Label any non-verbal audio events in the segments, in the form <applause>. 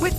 With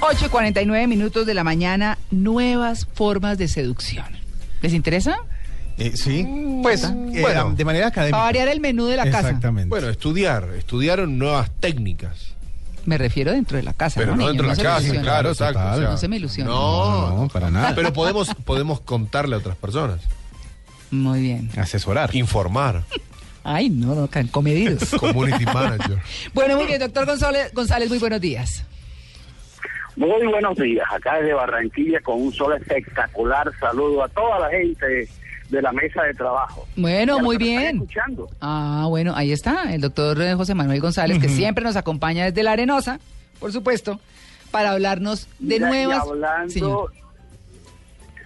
8 y 49 minutos de la mañana, nuevas formas de seducción. ¿Les interesa? Eh, sí. Mm, Pues, Eh, bueno, de manera Para académica. variar el menú de la casa. Exactamente. bueno, estudiar, estudiaron nuevas técnicas. Me refiero dentro de la casa. Pero no niños? dentro de la se casa, ilusionen. claro, exacto. total. o sea, No se me ilusione. No, No, para Ah, nada. Pero podemos, podemos contarle a otras personas, Muy bien. asesorar. <laughs> informar, Ay, no, no, can <laughs> comedidos. community manager. bueno, muy bien, doctor González, González, muy buenos días. Muy buenos días, acá desde Barranquilla con un sol espectacular. Saludo a toda la gente de la mesa de trabajo. Bueno, Y a los muy que me están bien. Escuchando. Ah, bueno, ahí está el doctor eh, José Manuel González, que siempre nos acompaña desde La Arenosa, por supuesto, para hablarnos de Mira, nuevas... Y hablando, Señor.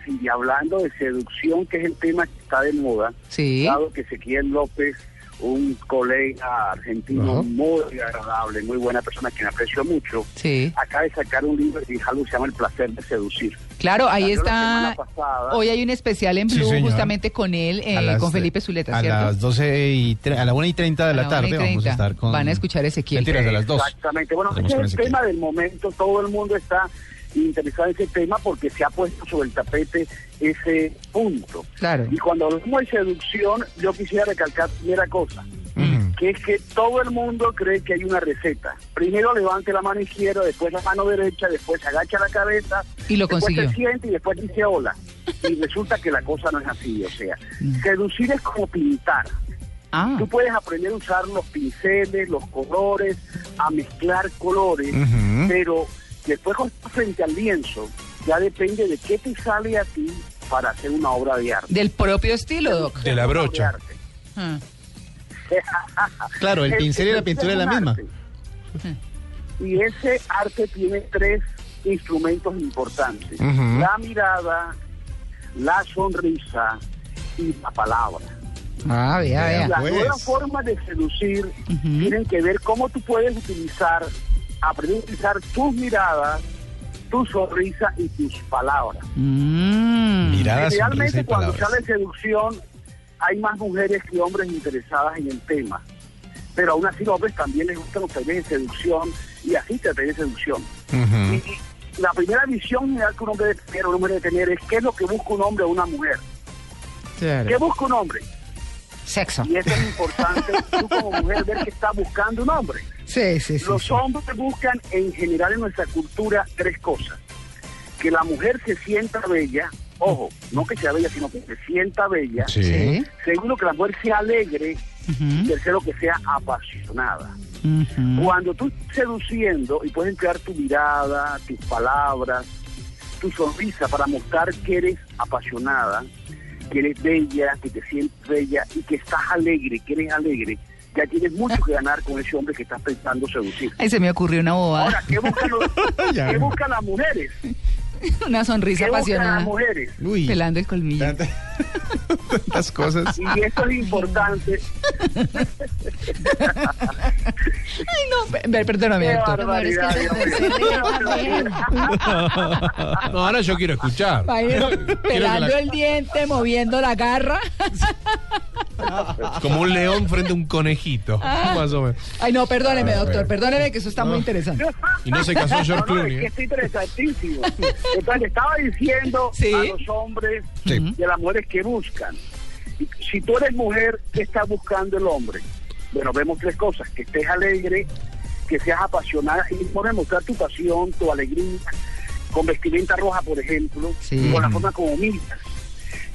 sí, y hablando de seducción, que es el tema que está de moda, Sí. dado que Ezequiel López, un colega argentino Ajá. muy agradable, muy buena persona, que me aprecio mucho, Sí. acaba de sacar un libro que algo que se llama El placer de seducir. Claro, ahí Salió la está. semana pasada. Hoy hay un especial en Sí, Blue señor. justamente con él, eh, A las- con Felipe Zuleta, a ¿cierto? las 12 y tre- a la 1 y 30 de A la, la 1 y tarde vamos 30. a estar con Van a escuchar a Ezequiel. Mentiras, a las 2. Exactamente. Bueno, Estaremos ese con es el Ezequiel. tema del momento. Todo el mundo está interesado en ese tema porque se ha puesto sobre el tapete ese punto. Claro. Y cuando hablamos de seducción, yo quisiera recalcar primera cosa, Ujú. que es que todo el mundo cree que hay una receta. Primero levante la mano izquierda, después la mano derecha, después agacha la cabeza. Y lo después consiguió. se siente y después dice hola. Y resulta que la cosa no es así, o sea, Mm. seducir es como pintar. Ah, Tú puedes aprender a usar los pinceles, los colores, a mezclar colores, Ujú. pero después cuando estás frente al lienzo, ya depende de qué te sale a ti para hacer una obra de arte. del propio estilo, Doc. De la Una obra brocha. arte. <laughs> Ah, Claro, el Este pincel y la es pintura es la un misma. arte. Y ese arte tiene tres instrumentos importantes. Ujú. La mirada, la sonrisa y la palabra. Ah, vea, Vea, vea. Las Pues. nuevas formas de seducir tienen que ver cómo tú puedes utilizar, aprender a utilizar tus miradas, tu sonrisa y tus palabras. Mm. Mirada, sonrisa Realmente y cuando palabras. sale seducción hay más mujeres que hombres interesadas en el tema. Pero aún así los hombres también les gustan los talleres de seducción y así te de seducción. Ujú. Y- y la primera visión general que un hombre debe tener, una mujer debe tener es qué es lo que busca un hombre o una mujer. ¿Qué Claro. busca un hombre? Sexo. Y eso es importante, tú como mujer ver que está buscando un hombre. Sí, sí, sí. Los sí. hombres buscan en general en nuestra cultura tres cosas. Que la mujer se sienta bella, ojo, no que sea bella, sino que se sienta bella. Sí. Sí. Segundo, que la mujer sea alegre. Ujú. Tercero, que sea apasionada. Ujú. Cuando tú estás seduciendo y puedes emplear tu mirada, tus palabras, tu sonrisa para mostrar que eres apasionada, que eres bella, que te sientes bella y que estás alegre, que eres alegre, ya tienes mucho que ganar con ese hombre que estás pensando seducir. Ay, se me ocurrió una Ahora, bobada. ¿qué buscan, los- Ya. qué buscan las mujeres? <laughs> Una sonrisa ¿Qué buscan las apasionada. mujeres? Uy, Pelando el colmillo. tanta- tantas cosas. Y esto es importante. Ay, no. Pe- Perdóname, ¡Qué doctor. barbaridad, Dios <laughs> mío! No, ahora yo quiero escuchar. Imagínate, Pelando la- el diente, moviendo la garra. Como un león frente a un conejito. Ah. Más o menos. Ay, no, Ah, perdóneme, doctor. Perdóneme que eso está muy interesante. Y no se casó No, George no, Clooney. es que ¿eh? estoy interesantísimo. Entonces, le estaba diciendo Sí. a los hombres Sí. y a las mujeres que buscan. Y Si tú eres mujer, ¿qué está buscando el hombre? Bueno, vemos tres cosas. Que estés alegre, que seas apasionada y pones mostrar tu pasión, tu alegría, con vestimenta roja, por ejemplo, Sí. con la forma como miras.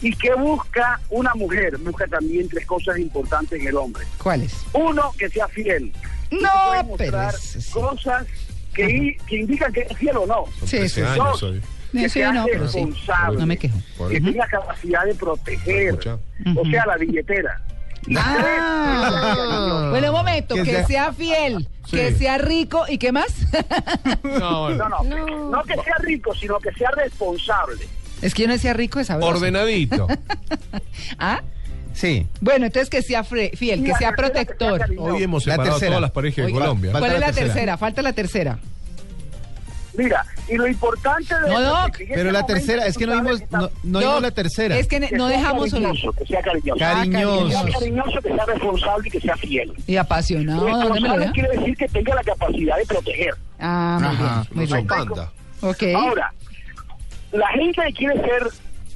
¿Y qué busca una mujer? Busca también tres cosas importantes en el hombre. ¿Cuál es? Uno, que sea fiel. No, Puede pero mostrar eso sí. cosas que, que indican que es fiel o no. Son Sí, 13 sí. años hoy. que Sí, sea no, pero sí. responsable. No me quejo. Que tenga capacidad de proteger. Escucha. O sea, la billetera. Ah, bueno, un momento, Que que sea- sea fiel, que Sí. sea rico y qué más. <laughs> No, <laughs> No, bueno. no, no, que sea rico, sino que sea responsable. es que yo no sea rico es sabroso. Ordenadito. Ah, Sí. bueno, entonces que sea fre- fiel, Y que la sea tercera, que sea protector. cariñoso. Hoy hemos La separado tercera. todas las parejas de Oiga, Colombia. ¿Cuál es la Falta la tercera? tercera. Falta la tercera. Mira, y lo importante de No, esto Doc. que en Pero este la momento tercera, es tú que no sabes vimos, que está- no, no vimos Doc, la tercera. Es que Ah, ne- que no sea dejamos oír. cariñoso, Que sea cariñoso. Que sea Cariñosos. cariñoso, que sea responsable y que sea fiel. Y apasionado, ¿dónde me lo responsable deja? quiere decir que tenga la capacidad de proteger. Ah, muy Ajá, bien, muy No bien. son panda. Ok. Ahora, la gente que quiere ser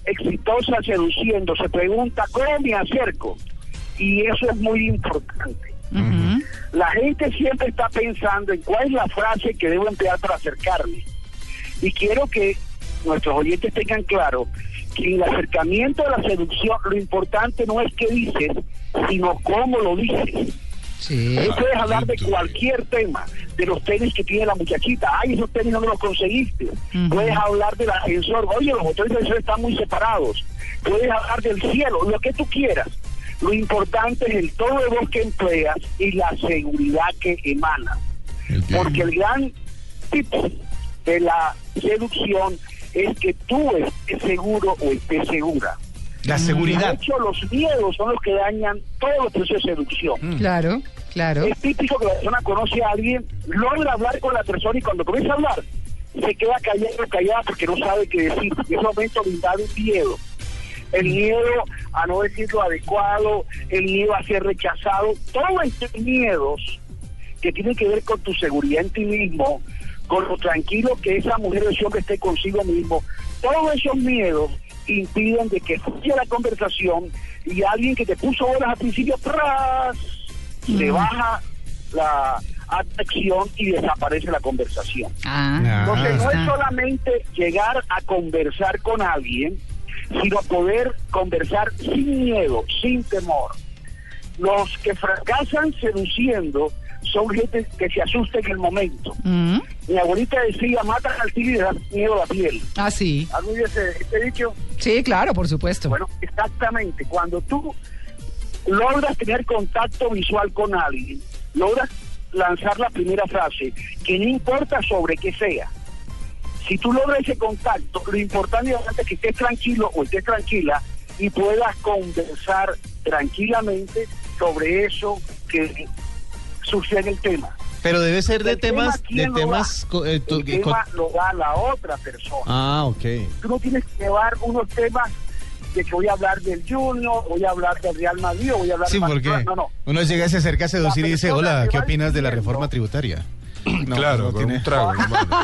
exitosa seduciendo se pregunta, ¿cómo me acerco? Y eso es muy importante. Ujú. La gente siempre está pensando en cuál es la frase que debo emplear para acercarme. Y quiero que nuestros oyentes tengan claro que en el acercamiento a la seducción lo importante no es qué dices, sino cómo lo dices. Sí. Tú puedes hablar de Clarito. cualquier tema, de los tenis que tiene la muchachita. Ay, esos tenis no me los conseguiste. Puedes hablar del ascensor. Oye, los botones del ascensor están muy separados. Puedes hablar del cielo, lo que tú quieras. Lo importante es el tono de voz que empleas y la seguridad que emana. Porque el gran tip de la seducción es que tú estés seguro o estés segura. La De seguridad. hecho, los miedos son los que dañan todos los procesos de seducción. Claro, claro. Es típico que la persona conoce a alguien, logra hablar con la persona y cuando comienza a hablar, se queda callado, callada porque no sabe qué decir. En ese momento le da un miedo. El miedo a no decir lo adecuado, el miedo a ser rechazado, todos estos miedos que tienen que ver con tu seguridad en ti mismo, con lo tranquilo que esa mujer o ese hombre esté consigo mismo, todos esos miedos impiden de que fluya la conversación y alguien que te puso bolas al principio, ¡pras! se baja la atracción y desaparece la conversación. Ah, Ah, Entonces no está. es solamente llegar a conversar con alguien, sino poder conversar sin miedo, sin temor. Los que fracasan seduciendo son gente que se asusta en el momento. Mm. Mi abuelita decía, matan al tigre y le da miedo a la piel. Ah, sí. ¿Algún día se, he dicho? Sí, claro, por supuesto. Bueno, exactamente. Cuando tú logras tener contacto visual con alguien, logras lanzar la primera frase, que no importa sobre qué sea. Si tú logras ese contacto, lo importante es que estés tranquilo o estés tranquila y puedas conversar tranquilamente sobre eso que sucede en el tema. Pero debe ser de El tema temas, aquí de no temas. va. co- eh, to- El que co- tema lo da la otra persona Ah, ok. tú no tienes que llevar unos temas de que voy a hablar del Junior, voy a hablar del Real Madrid, o voy a hablar Sí, de porque No, no. uno llega, se acerca a seducir y dice, persona hola, que ¿qué va opinas de la diciendo- reforma <laughs> tributaria? <laughs> No, claro, no con tiene- un <laughs> trago. hermano.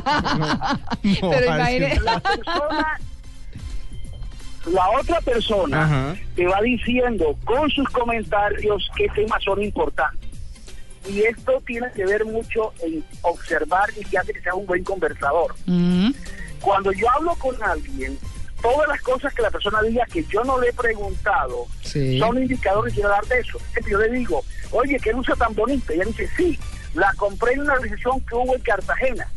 no, Pero así- imagine- La persona, la otra persona Ajá. te va diciendo con sus comentarios qué temas son importantes. Y esto tiene que ver mucho en observar y que hace que sea un buen conversador. Mm. Cuando yo hablo con alguien, todas las cosas que la persona diga que yo no le he preguntado Sí. son indicadores que hablar de eso. Por ejemplo, Yo le digo, oye, qué lucha tan bonita. Y ella dice, sí, la compré en una recesión que hubo en Cartagena.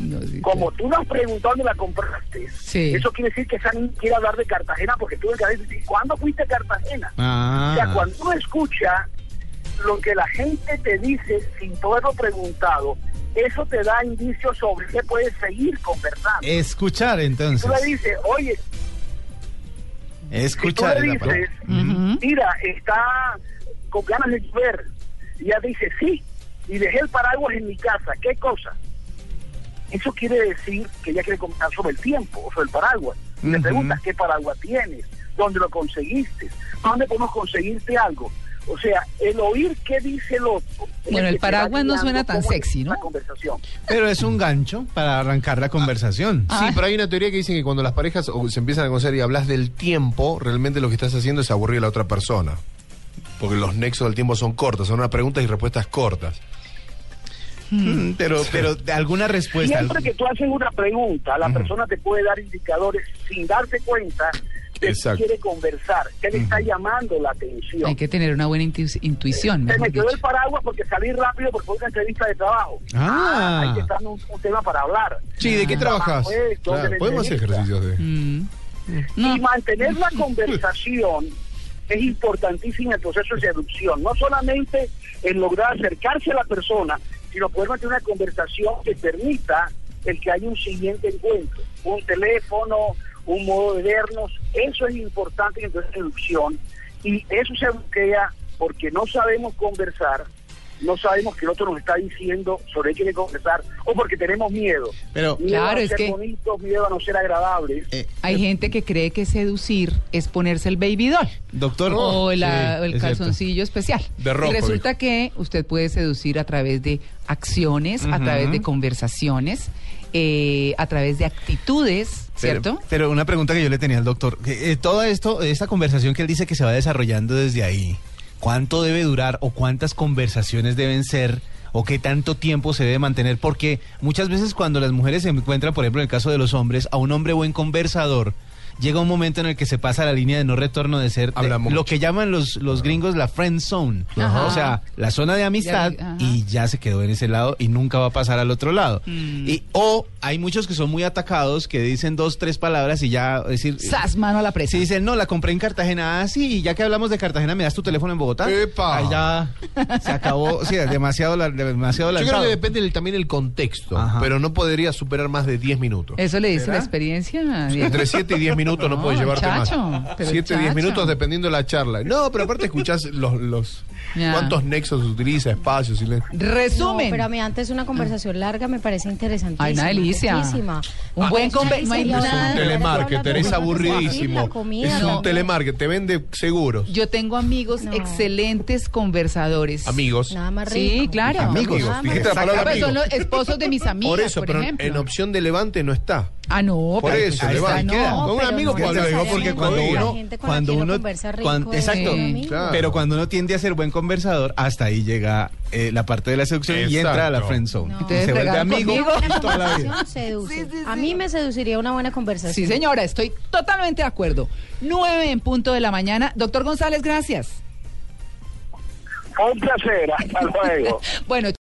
No, sí, Como tú no has preguntado dónde la compraste, Sí. eso quiere decir que esa niña quiere hablar de Cartagena porque tú en cabeza dices, ¿cuándo fuiste a Cartagena? O sea, Ah, cuando uno escucha lo que la gente te dice sin todo lo preguntado, eso te da indicios sobre qué puedes seguir conversando. escuchar entonces. Tú le dices, oye, si tú Escuchar. le es la palabra. dices, mira, está con ganas de llover, y ella dice, sí, y dejé el paraguas en mi casa, ¿qué cosa? Eso quiere decir que ella quiere contar sobre el tiempo, o sobre el paraguas. Y Le Ujú. preguntas, ¿qué paraguas tienes? ¿Dónde lo conseguiste? ¿Dónde podemos conseguirte algo? O sea, el oír qué dice el otro. es Bueno, el que te va paraguas no guiando suena tan cómo es sexy, ¿no? La conversación. Pero es un gancho para arrancar la conversación. Ah. Sí, pero hay una teoría que dice que cuando las parejas o se empiezan a conocer y hablas del tiempo, realmente lo que estás haciendo es aburrir a la otra persona. Porque los nexos del tiempo son cortos, son una preguntas y respuestas cortas. Mm, Pero, pero de alguna Pues, respuesta. Siempre que tú haces una pregunta, la persona te puede dar indicadores sin darte cuenta de que Exacto. quiere conversar, que le está llamando la atención. Hay que tener una buena intu- intuición, Se mejor me quedó dicho. el paraguas porque salí rápido porque fue una entrevista de trabajo. Ah. hay que estar en un, un tema para hablar. Sí, ¿de qué trabajas? Ah, pues, ¿dónde Claro, la podemos hacer entrevista? ejercicios de... Mm. No. Y mantener la conversación es importantísimo el proceso de seducción, no solamente en lograr acercarse a la persona, sino poder mantener una conversación que permita el que haya un siguiente encuentro, un teléfono, un modo de vernos, eso es importante en el proceso de seducción y eso se bloquea porque no sabemos conversar, no sabemos que el otro nos está diciendo sobre qué quiere conversar o porque tenemos miedo. Pero- miedo Claro, a es ser que- bonitos, miedo a no ser agradables. Eh, Hay gente que cree que seducir es ponerse el baby doll. Oh, Doctor. O, la- Sí, o el es cierto. calzoncillo especial. De ropa, Y resulta que usted puede seducir a través de acciones, a través de conversaciones, eh, a través de actitudes, Pero- ¿cierto? Pero, una pregunta que yo le tenía al doctor. Eh, eh, todo esto, esta conversación que él dice que se va desarrollando desde ahí, ¿cuánto debe durar o cuántas conversaciones deben ser? ¿O qué tanto tiempo se debe mantener? Porque muchas veces cuando las mujeres se encuentran, por ejemplo, en el caso de los hombres, a un hombre buen conversador, llega un momento en el que se pasa la línea de no retorno de ser de- Habla mucho. lo que llaman los, los gringos la friend zone. Ajá. O sea, la zona de amistad Ya, ajá. y ya se quedó en ese lado y nunca va a pasar al otro lado. Mm. Y, o hay muchos que son muy atacados que dicen dos, tres palabras y ya es decir... Sas, mano a la presa. Si dicen, no, la compré en Cartagena, ah, sí, y ya que hablamos de Cartagena, ¿me das tu teléfono en Bogotá? ¡Epa! Ahí ya se acabó, sí, es demasiado, la- demasiado Yo creo lanzado. que depende del- también el contexto, Ajá. pero no podría superar más de 10 minutos. Eso le dice la experiencia. Diego. Entre 7 y 10 minutos no, No, puedes llevarte chacho, más. pero 7 y 10 chacho. minutos dependiendo de la charla. No, pero aparte escuchás los, los Ya. cuántos nexos utiliza, espacios, silencio. Resumen. No, pero a mí antes una conversación larga me parece interesantísima. Ay, una delicia. riquísima. Pues, Un buen conver- no hay Eso es nada- Un Claro, hablando telemarketer, de es cosas aburridísimo. la comida, Es un no. telemarketer, te vende seguros. Yo tengo amigos No. excelentes conversadores. Amigos. Nada más Sí, rico. claro. Amigos, Amigos, nada más dijiste la rico. Ah, palabra pues son amigo. los esposos de mis amigas, Por por, eso, pero en- ejemplo. en opción de levante no está. Ah, no, Por pero eso, ahí le está, va. no. Con un pero amigo, no cuando- Te lo digo necesariamente. porque cuando Con la uno, gente con la cuando que uno uno, conversa rico cuando- es exacto, un amigo. Claro. pero cuando uno tiende a ser buen conversador, hasta ahí llega eh, la parte de la seducción y Exacto. entra a la friend zone. No. Y se Entonces, vuelve fregar amigo conmigo. toda la vida. Conversación seduce. A mí me seduciría una buena conversación. Sí, señora, estoy totalmente de acuerdo. Nueve en punto de la mañana. Doctor González, gracias. Un placer, hasta luego. Bueno,